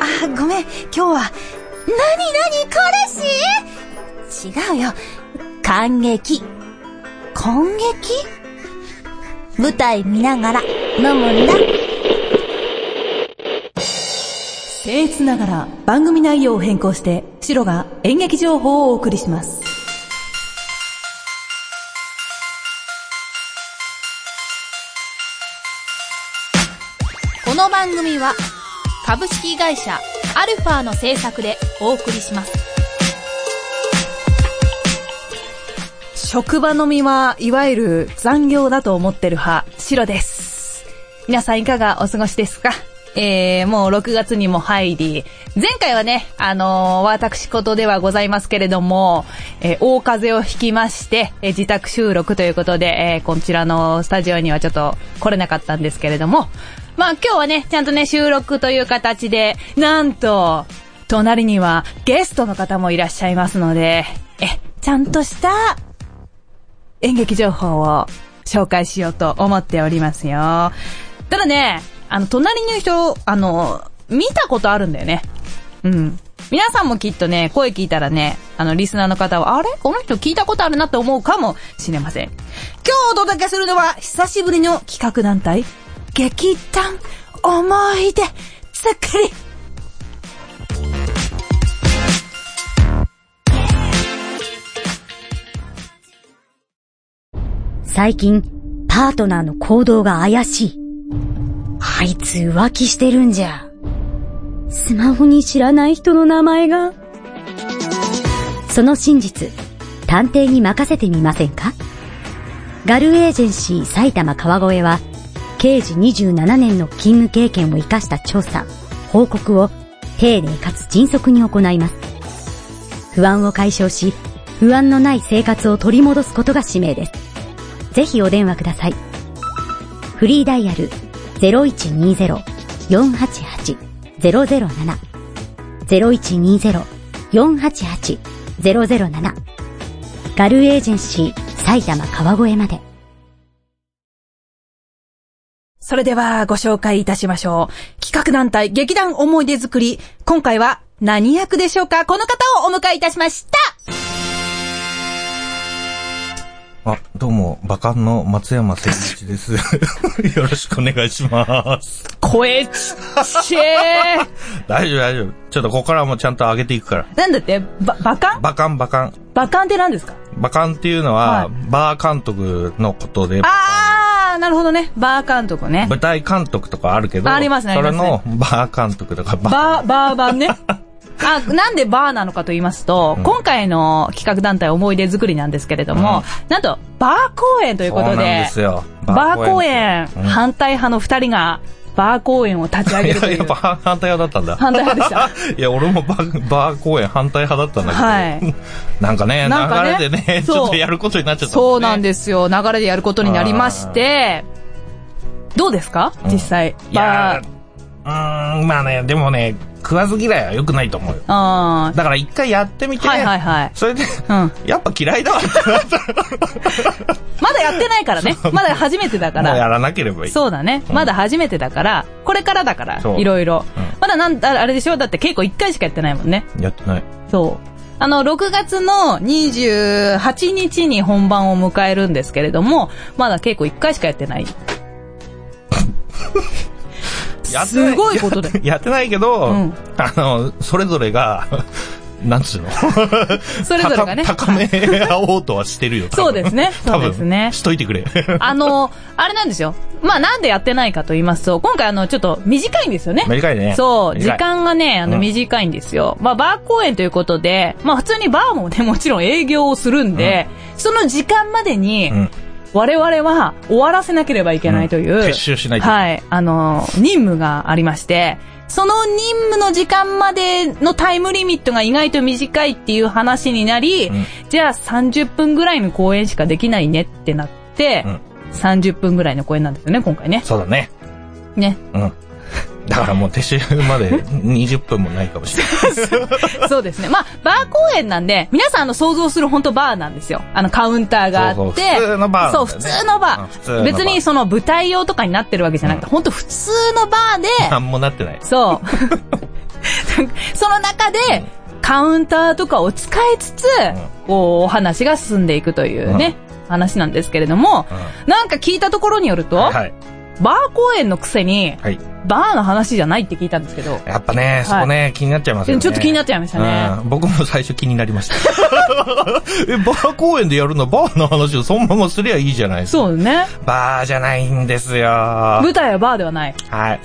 あ、ごめん、今日は。なになに、彼氏違うよ。感激。感激舞台見ながら飲むんだ。僭越ながら番組内容を変更して、白が演劇情報をお送りします。この番組は株式会社アルファの制作でお送りします。職場飲みはいわゆる残業だと思ってる派、白です。皆さんいかがお過ごしですかえー、もう6月にも入り、前回はね、あのー私事ではございますけれども、えー大風邪をひきまして、えー自宅収録ということで、えーこちらのスタジオにはちょっと来れなかったんですけれども、まあ今日はね、ちゃんとね、収録という形で、なんと、隣にはゲストの方もいらっしゃいますので、え、ちゃんとした演劇情報を紹介しようと思っておりますよ。ただね、あの、隣にいる人、あの、見たことあるんだよね。うん。皆さんもきっとね、声聞いたらね、あの、リスナーの方は、あれこの人聞いたことあるなって思うかもしれません。今日お届けするのは、久しぶりの企画団体、劇団思い出作り。最近、パートナーの行動が怪しい。あいつ浮気してるんじゃ。スマホに知らない人の名前が。その真実、探偵に任せてみませんかガルエージェンシー埼玉川越は、刑事27年の勤務経験を活かした調査、報告を丁寧かつ迅速に行います。不安を解消し、不安のない生活を取り戻すことが使命です。ぜひお電話ください。フリーダイヤル0120-488-007 0120-488-007ガルエージェンシー埼玉川越まで。それではご紹介いたしましょう。企画団体劇団思い出作り。今回は何役でしょうかこの方をお迎えいたしましたあ、どうも、バカンの松山誠一です。 よろしくお願いします。声ちっちゃい大丈夫、大丈夫。ちょっとここからもちゃんと上げていくから。 なんだってば、バカンバカン、バカン。バカンって何ですかバカンっていうのはは、バー監督のことで、あー、なるほどね。バー監督ね。舞台監督とかあるけど、ありますねそれありまのバー監督とか、ババー、バー版 ね。あ、なんでバーなのかと言いますと、今回の企画団体思い出作りなんですけれども、なんと、バー公演ということそで、うなんですよ。バー公演、うん反対派の二人が、バー公演を立ち上いげるとや、いう。やっぱ反反対派だったんだ。反対派でした。 いや、俺もバーバー公演反対派だったんだけど、はいなんかね、なんかね流れでね、ちそうょっとやることになっちゃったそうなんす。ですよ。流れでやることになりまして、どうですかん実際。いやバーうーん、まあね、でもね、食わず嫌いは良くないと思うよ。ー。うん。だから一回やってみて、はいはいはい。それで、 うん。やっぱ嫌いだわってなったまだやってない からね。まだ初めてだからもうやら。らなければいい。そうだね。まだ初めてだから、これからだからそ、ういろいろう。まだなん、ああれでしょだって稽古1回しかやってないもんね。やってない。そう。あの、6月の28日に本番を迎えるんですけれども、まだ稽古1回しかやってない。 やってなすごいことだよ。やってないけど、うんあの、それぞれが、 なんつうの それぞれがね。高高め合おうとはしてるよ。多分そうですねそうですね多分しといてくれ。 あの、あれなんですよ。まあ、なんでやってないかと言いますと、今回あの、ちょっと短いんですよね。短いねそう、時短い間がね、あの、うん短いんですよ。まあ、バー公演ということで、まあ、普通にバーもね、 もちろん営業をするんで、その時間までに、うん我々は終わらせなければいけないという、うん撤収しないとはい、あの、任務がありまして、その任務の時間までのタイムリミットが意外と短いっていう話になり、んじゃあ30分ぐらいの公演しかできないねってなって、うん30分ぐらいの公演なんですよね、今回ね。そうだね。ね。うん。だからもう撤収 まで20分もないかもしれない。そうですね。まあ、バー公演なんで、皆さんあの想像する本当バーなんですよ。あのカウンターがあって。そうそう普通のバーなんだよねそう、普通のうんバ普通のー。バー別にその舞台 用とかになってるわけじゃなくて、本当普通のバーで、なんもなってない。そう。 その中で、カウンターとかを使いつつ、こう、お話が進んでいくというね、話なんですけれども、なんか聞いたところによると、はい。バー公演のくせに、はい。バーの話じゃないって聞いたんですけど、やっぱね、そこね、気になっちゃいますよね。ちょっと気になっちゃいましたねうん。僕も最初気になり ました。え、バー公演でやるのバーの話をそのまますりゃいいじゃないですか。そうね。バーじゃないんですよ。は舞台はバーではない。い、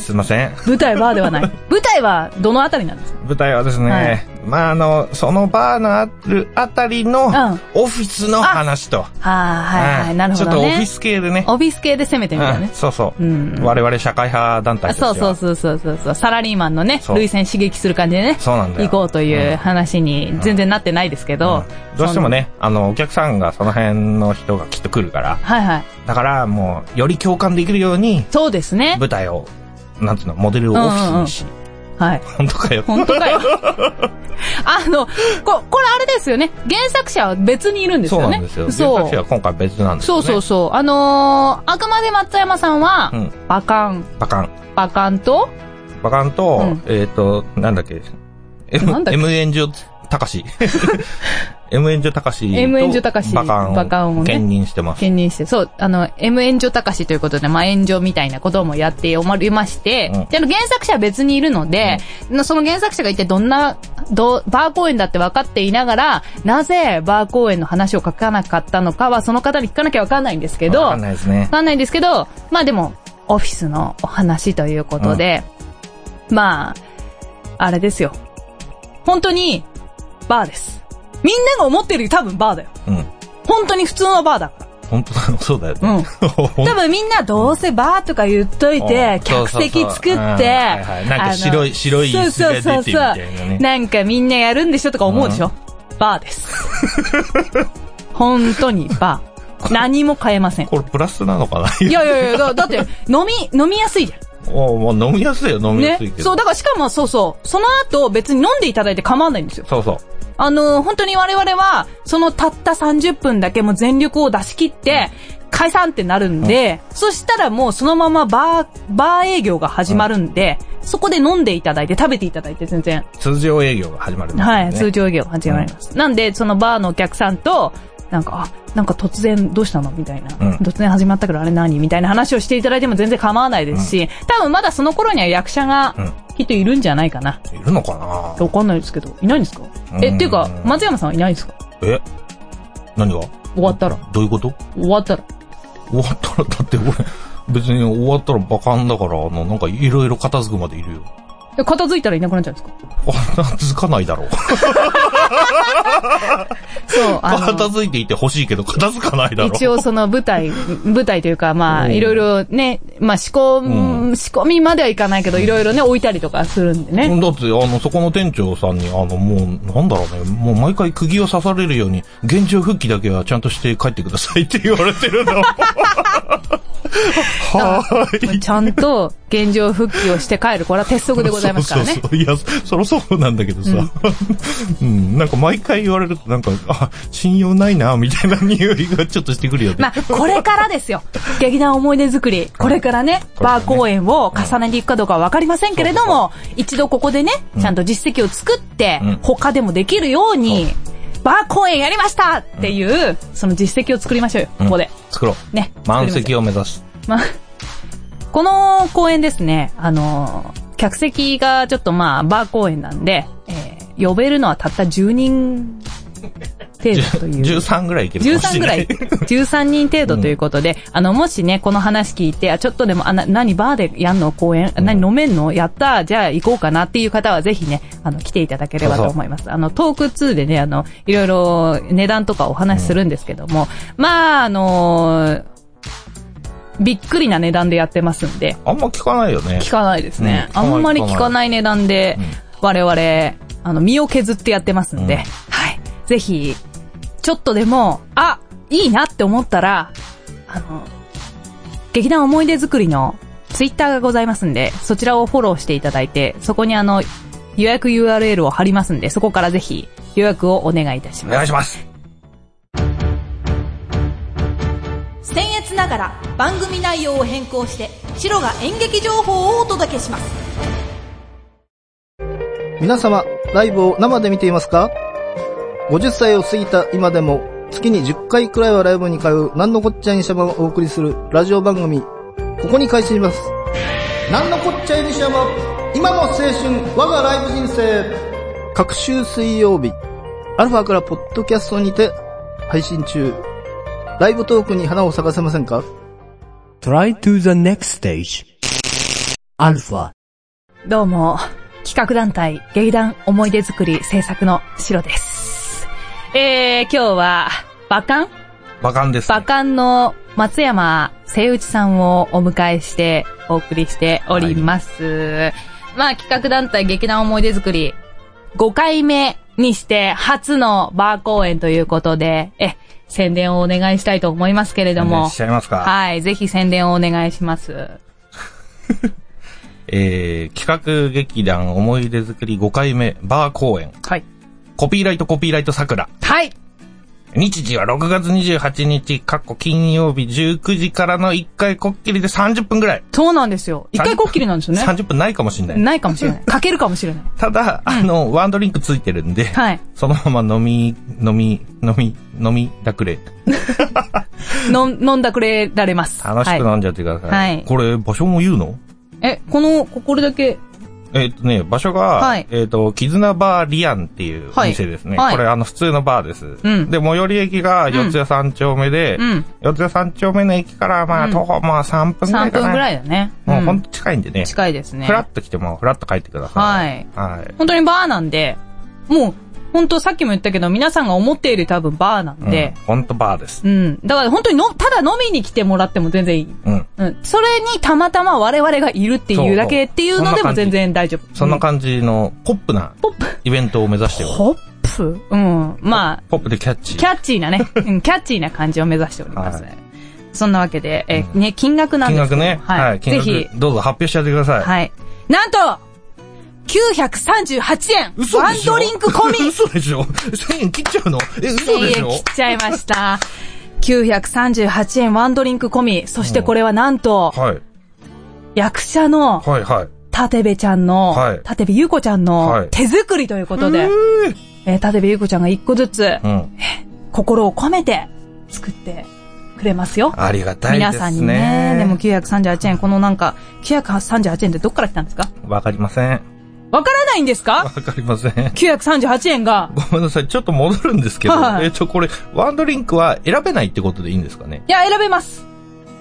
すいません。舞台はバーでは ない。舞台はどのあたりなんですか舞台はですね、はいまああの、そのバーのあるあたりのんオフィスの話と。ああ、はいはうい。んなるほどね。ちょっとオフィ。ス系でね。系で攻めてみたうんね。そうそう、うん我々社会派団体あですよそうそうそうそうそうそう。サラリーマンのね、そう類線刺激する感じでね。そうなんだよ行こうという話に全然なってないですけど。うんどうしてもね、あの、お客さんがその辺の人がきっと来るから、その。はいはい。だからもう、より共感できるように、そうですね。舞台を、なんていうの、モデルをオフィスにし、はい。本当かよ。本当 かよ。あの、こ、これあれですよね。原作者は別にいるんですそうよね。なんですよ。そう原作者は今回別なんですよ、そね。うそうそう。あのー、あくまで松山さんは、うんバカン、バカン。バカンと、バカンと、うんえっ、と、なんだっけ。な M んだっ、け M 炎上 隆史。M 炎上隆史。 M 炎上隆史バカン。バカンをね兼任してます。兼任して、そう、あの、M 炎上高しということで、まあ、炎上みたいなこともやっておりまして、うんで、あの、原作者は別にいるので、その原作者が一体どんな、どう、バー公演だって分かっていながら、なぜバー公演の話を書かなかったのかは、その方に聞かなきゃ分かんないんですけど、わかんないですねわ。かんないんですけど、まあでも、オフィスのお話ということで、まあ、あれですよ。本当に、バーです。みんなが思ってるより多分バーだよ。うん。本当に普通のバーだから。本当だ、そうだよね。うん ほん多分みんなどうせバーとか言っといてう、んそう客そうそう席作って、うんはいはいなんか白いあの白い椅子が出てみたいなねなんかみんなやるんでしょとか思うでしょ、バーです。 本当にバー。何も変えません。これプラスなのかないやいやいや、だだって、飲み、飲みやすいじゃん。おまあ飲みやすいよ、飲みやねすいけ。ど。そう、だからしかもそうそう、その後別に飲んでいただいて構わないんですよ。そうそう。あの、本当に我々は、そのたった30分だけもう全力を出し切って、解散ってなるんで、そしたらもうそのままバー、バー営業が始まるんで、そこで飲んでいただいて食べていただいて全然、通常営業が始まるんですよね。はい、通常営業が始まります。なんで、そのバーのお客さんと、なんか、あ、なんか突然どうしたのみたいな、うん突然始まったけどあれ何みたいな話をしていただいても全然構わないですし、多分まだその頃には役者がうんきっといるんじゃないかな。いるのかわかんないですけど、いないんですかえ、うんっていうか、松山さんはいないんですかなえ何が終わったら。どういうこと終わったら。終わったら、だって俺、別に終わったらバカンだから、あの、なんかいろいろ片付くまでいるよ。え片付いたらいなくなっちゃうんですか片付かないだろう。そう、あ 片の、付いていて欲しいけど、片付かないだろう。一応その舞 台、舞台というか、まうあ、んいろいろね、まあ仕込、う仕込みまではいかないけど、いろいろね、置いたりとかするんでね。だって、あの、そこの店長さんに、あの、もう、なんだろうね、もう毎回釘を刺されるように、現状復帰だけはちゃんとして帰ってください って言われてる の。はーい。ちゃんと現状復帰をして帰る。これは鉄則でございますからね。そうそうそういや、そろそうなんだけどさ。 うん、なんか毎回言われると、なんか、あ、信用ないな、みたいな匂いがちょっとしてくるよね。まあ、これからです よ。劇団思い出作り。これからね、これからバねー公演を重ねていくかどうかはわかりませんけれども、一度ここでね、ちゃんと実績を作ってうん、他でもできるように、バー公演やりましたっていう、その実績を作りましょうよ、ここで。作ろう。ね。満作り席を目指す。ましょう。まあ、この公演ですね、あの、客席がちょっとまあ、バー公演なんで、えー呼べるのはたった10人程度という。 13ぐらいいけるかもし13れぐならいい、。13人程度ということで、あの、もしね、この話聞いて、あ、ちょっとでも、あ、な、何バーでやんの公演、あ何飲めんのやったーじゃあ行こうかなっていう方は、ぜひね、あの、来ていただければそうとそう思います。あの、トーク2でね、あの、いろいろ値段とかお話しするんですけども、まあ、あのーびっくりな値段でやってますんで、 あんま聞かないよね聞。かないですね。うんあんまり聞かない聞かない値段で、我々、あの、身を削ってやってますんで、うんはい。ぜひ、ちょっとでも、あ、いいなって思ったら、あの、劇団思い出作りのツイッターがございますんで、そちらをフォローしていただいて、そこにあの、予約 URL を貼りますんで、そこからぜひ予約をお願いいたしおます。願いします。僭越ながら番組内容を変更してシロが演劇情報をお届けします皆様、ライブを生で見ていますか ?50 歳を過ぎた今でも、月に10回くらいはライブに通う、なんのこっちゃいにしゃばをお送りするラジオ番組、ここに開始します。なんのこっちゃいにしゃば、今の青春、我がライブ人生。各週水曜日、アルファからポッドキャストにて配信中。ライブトークに花を咲かせませんか Try to the next stage. Alpha. どうも、企画団体、劇団思い出作り制作のシロです。えー、今日は、バカンバカンです、バカンの松山聖内さんをお迎えしてお送りしております。まあ企画団体劇団思い出作り5回目にして初のバー公演ということで、え、宣伝をお願いしたいと思いますけれどお願いもし。ちゃいますか。はい、ぜひ宣伝をお願いします。えー、企画劇団思い出作り5回目バー公演。はい。コピーライトコピーライト桜。はい日時は6月28日、かっこ金曜日19時からの1回こっきりで30分ぐらい。そうなんですよ。一回こっきりなんですよね。 30分ないかもしんない。ないかもしれない。かけるかもしれない。ただ、あの、ワンドリンクついてるんで、はい。そのまま飲み、飲み、飲み、飲みだくれ。の、飲んだくれられます。楽しくは飲んじゃってください。はいこれ、場所も言うのい、え、この、これだけ、えっ、とね、場所が、はいえっ、と、絆バーリアンっていうお店ですね。はいはいこれ、あの、普通のバーです。んで、最寄り駅が四谷三丁目で、うん。四谷三丁目の駅から、まあ、うん徒歩、まあ、3分ぐら3いかな。分ぐらいだね。もう、ほんんと近いんでね。近いですね。フラッと来ても、フラッと帰ってください。はい。はい。本当にバーなんで、もう、本当さっきも言ったけど、皆さんが思っている多分バーなんで、うん、ほんとバーです。うん。だから本当にの、ただ飲みに来てもらっても全然いい。うん。うん。それにたまたま我々がいるっていうだけっていうのそでうそんなも感じ全然大丈夫。そんな感じの、ポップな、イベントを目指してうんる。ホップうん。まポップでキャッチあ、ー。キャッチー なね、うんキャッチーな感じを目指しております。はいそんなわけで、え、ね、金額なん金ですけ額どね。はい。金ぜ額ひ、どうぞ発表しちゃってください。はい。なんと、938円嘘ワでンしょドリンク込み嘘でしょ ?1000 円切っちゃうのえ、嘘でしいょいえ切っちゃいました。938円ワンドリンク込み。そしてこれはなんと、はい。役者の、はいはい。立部ちゃんの、はい立部優子ちゃんはのい手作りということで、えー立部優子ちゃんが一個ずつうん。心を込めて作ってくれますよ。ありがたいですね。皆さんにね。でも938円、このなんか、938円ってどっから来たんですかわかりません。わからないんですわかかりません。 ?938 円が。ごめんなさい。ちょっと戻るんですけど、はいえっと、これ、ワンドリンクは選べないってことでいいんですかねいや、選べます。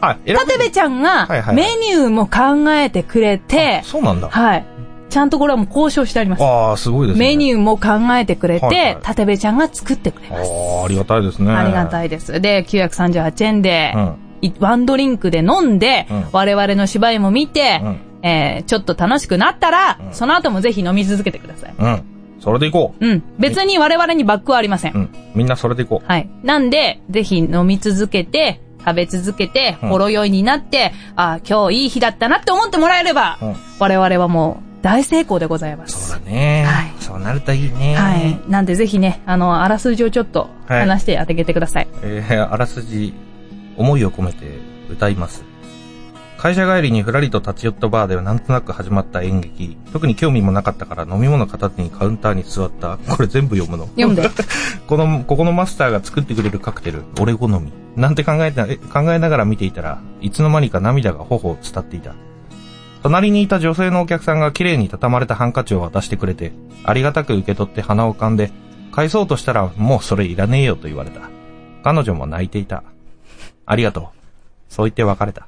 あ、選べ立部ちゃんはいがはいメニューも考えてくれて、そうなんだ。はい。ちゃんとこれはもう交渉してあります。ああ、すごいですね。メニュューも考えてくれはいては、い立部ちゃんが作ってくれます。ああ、ありがたいですね。ありがたい。いです。で、938円でう、ん。いワンドリンクで飲んで、うん我々の芝居も見て、うん。えー、ちょっと楽しくなったら、うんその後もぜひ飲み続けてください。うん。それでいこうん。別に我々にバックはありません。う。うん。みんなそれでいこう。はい。なんで、ぜひ飲み続けて、食べ続けて、うんほろ酔いになって、ああ、今日いい日だったなって思ってもらえれば、うん我々はもう大成功でございまそうす。だね。はいそうなるといいね。はい。。なんでぜひね、あの、あらすじをちょっとはい話してあげてください。えーあらすじ、思いを込めて歌います。会社帰りにふらりと立ち寄ったバーではなんとなく始まった演劇。特に興味もなかったから飲み物片手にカウンターに座った。これ全部読むの読んで。この、ここのマスターが作ってくれるカクテル、俺好み。なんて考えた、え考えながら見ていたら、いつの間にか涙が頬を伝っていた。隣にいた女性のお客さんが綺麗に畳まれたハンカチを渡してくれて、ありがたく受け取って鼻を噛んで、返そうとしたらもうそれいらねえよと言われた。彼女も泣いていた。ありがとう。そう言って別れた。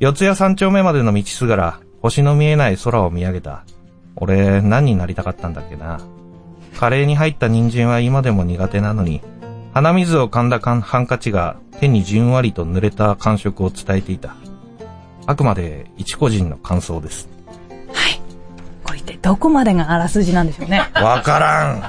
四谷三丁目までの道すがら、星の見えない空を見上げた。俺、何になりたかったんだっけな。カレーに入った人参は今でも苦手なのに、鼻水を噛んだかんハンカチが手にじんわりと濡れた感触を伝えていた。あくまで一個人の感想です。これってどこまでがあらすじなんでしょうね。わからん。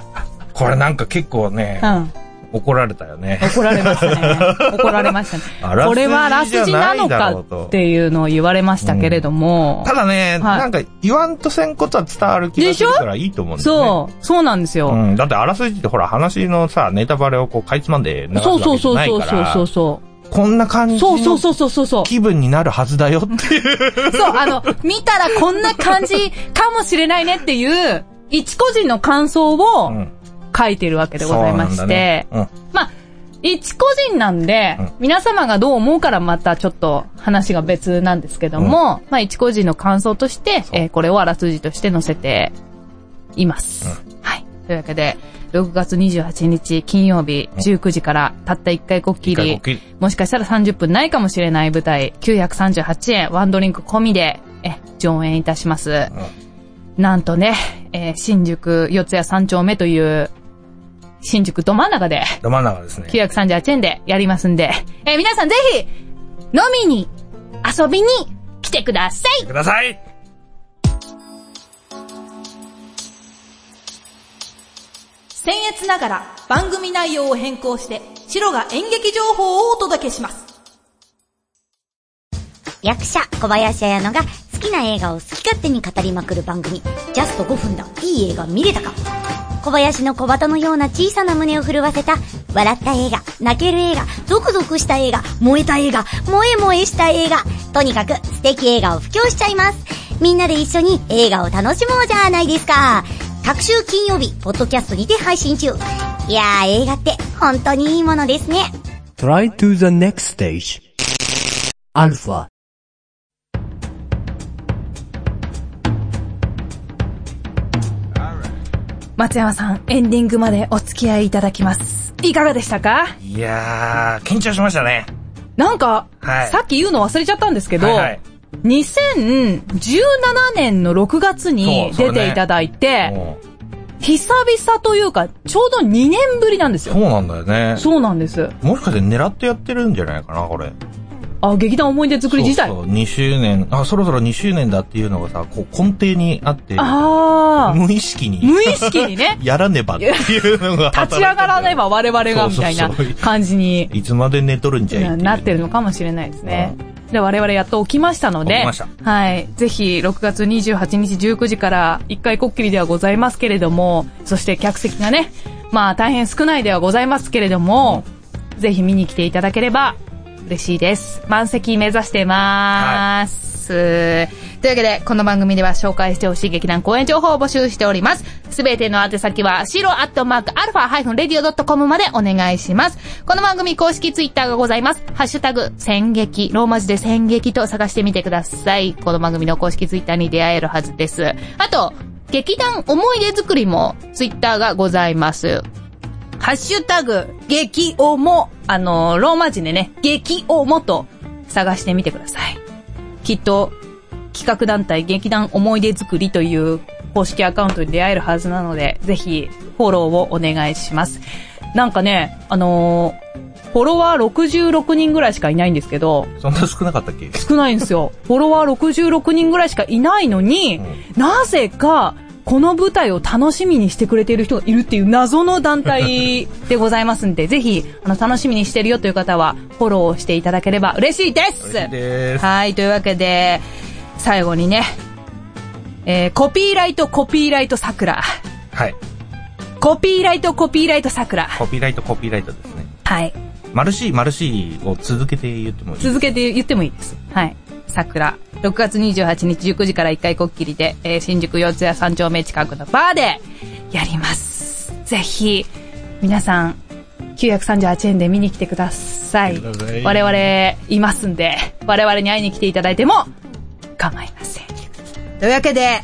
これなんか結構ねう、ん。 怒られたよね。 怒られましたね。 怒られましたね。あらすじじゃなこれいだろうとはあらすじなのかっていうのを言われましたけれども。ただね、はいなんか言わんとせんことは伝わる気がするからいいと思うんだよね。そう、そうなんですよ。うん、だってあらすじってほら話のさ、ネタバレをこうかいつまんで流すそわうそけうじそゃうないそうかそうらそう、そこんな感う。じそうそうのそうそうそうそう。気分になるはず だよっていう。そう、あの、見たらこんな感じかもしれないねっていう一個人の感想うをん。書いてるわけでございまして、そうなんだねうん。まあ、一個人なんで、うん皆様がどう思うからまたちょっと話が別なんですけども、まあ一個人の感想として、そうえーこれをあらすじとして載せています。はい。というわけで、6月28日金曜日19時からたった1回こっき一回こりっきり、もしかしたら30分ないかもしれない舞台、938円、ワンドリンク込みで、え、上演いたします。なんとね、えー新宿四谷三丁目という、新宿ど真ん中で、ど真ん中ですね。 938円でやりますんで、えー皆さんぜひ、飲みに、遊びに来てくださいください僭越ながら番組内容を変更して、シロが演劇情報をお届けします。役者、小林彩乃が好きな映画を好き勝手に語りまくる番組。ジャスト5分だ。いい映画見れたか小林の小鳩のような小さな胸を震わせた、笑った映画、泣ける映画、ゾクゾクした映画、燃えた映画、萌え萌えした映画。とにかく素敵映画を布教しちゃいます。みんなで一緒に映画を楽しもうじゃないですか。各週金曜日、ポッドキャストにて配信中。いやー映画って本当にいいものですね。 Try to the next stage. Alpha. 松山さん、エンディングまでお付き合いいただきます。いかがでしたかいやー、緊張しましたね。なんか、はいさっき言うの忘れちゃったんですけど、はいはい2017年の6月に出そうそうねていただいて、も久々というか、ちょうど2年ぶりなんですうそよ。うなんだよね。そうなんです。もしかして狙ってやってるんじゃないかな、これ。あ、劇団思い出作り自体。そうそう、2周年、あ、そろそろ2周年だっていうのがさ、こう根底にあって、ああ、無意識に。、無意識にね やらねばっていうのが。 立ち上がらねば我々がみたいなそうそうそう感じにいつまで寝とるんじゃいいうなってるのかもしれないですね。で、我々やっと起きましたので、起きましたはい。ぜひ、6月28日19時から、一回こっきりではございますけれども、そして客席がね、まあ大変少ないではございますけれども、ぜひ見に来ていただければ嬉しいです。満席目指してまーす。というわけで、この番組では紹介してほしい劇団公演情報を募集しております。すべての宛先は、白アットマークアルファハイフンレディオドットコムまでお願いします。この番組公式ツイッターがございます。ハッシュタグ、戦劇、ローマ字で戦劇と探してみてください。この番組の公式ツイッターに出会えるはずです。あと、劇団思い出作りもツイッターがございます。ハッシュタグ、激おも、あの、ローマ字でね、激おもと探してみてください。きっと、企画団体劇団思い出作りという公式アカウントに出会えるはずなので、ぜひ、フォローをお願いします。なんかね、あのーフォロワー66人ぐらいしかいないんですけど、そんな少なかったっけ少ないんですよ。フォロワー66人ぐらいしかいないのに、なぜか、この舞台を楽しみにしてくれている人がいるっていう謎の団体でございますんで、ぜひ、あの、楽しみにしてるよという方は、フォローをしていただければ嬉しいです嬉しいです はい、というわけで、最後にね、えー、コピーライト、コピーライト桜。はい。コピーライト、コピーライト桜。コピーライト、コピーライトですね。はい。マルシー、マルシーを続けて言ってもいい続けて言ってもいいです。はい。桜。6月28日19時から一回こっきりで、えー新宿四谷三丁目近くのバーでやります。ぜひ、皆さん、938円で見に来てください。ください我々いますんで、我々に会いに来ていただいても構いません。というわけで、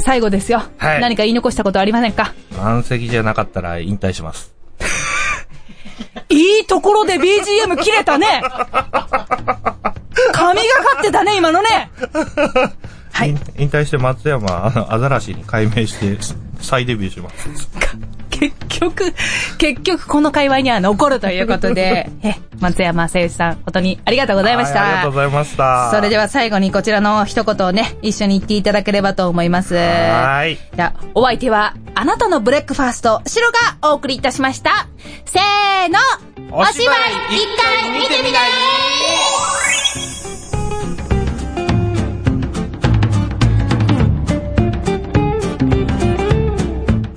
最後ですよ。はい何か言い残したことありませんか満席じゃなかったら引退します。いいところで BGM 切れた ね神がかってたね、今のねはい引引退して松山、あの、アザラシに改名して、再デビューします。結局、結局この界隈には残るということ で、え、松山正義さん、本当にありがとうございました。はいありがとうございました。それでは、は最後にこちらの一言をね、一緒に言っていただければと思います。はーい。じゃあ、お相手は、あなたのブレックファースト、シロがお送りいたしました。せーのお芝居一回見てみない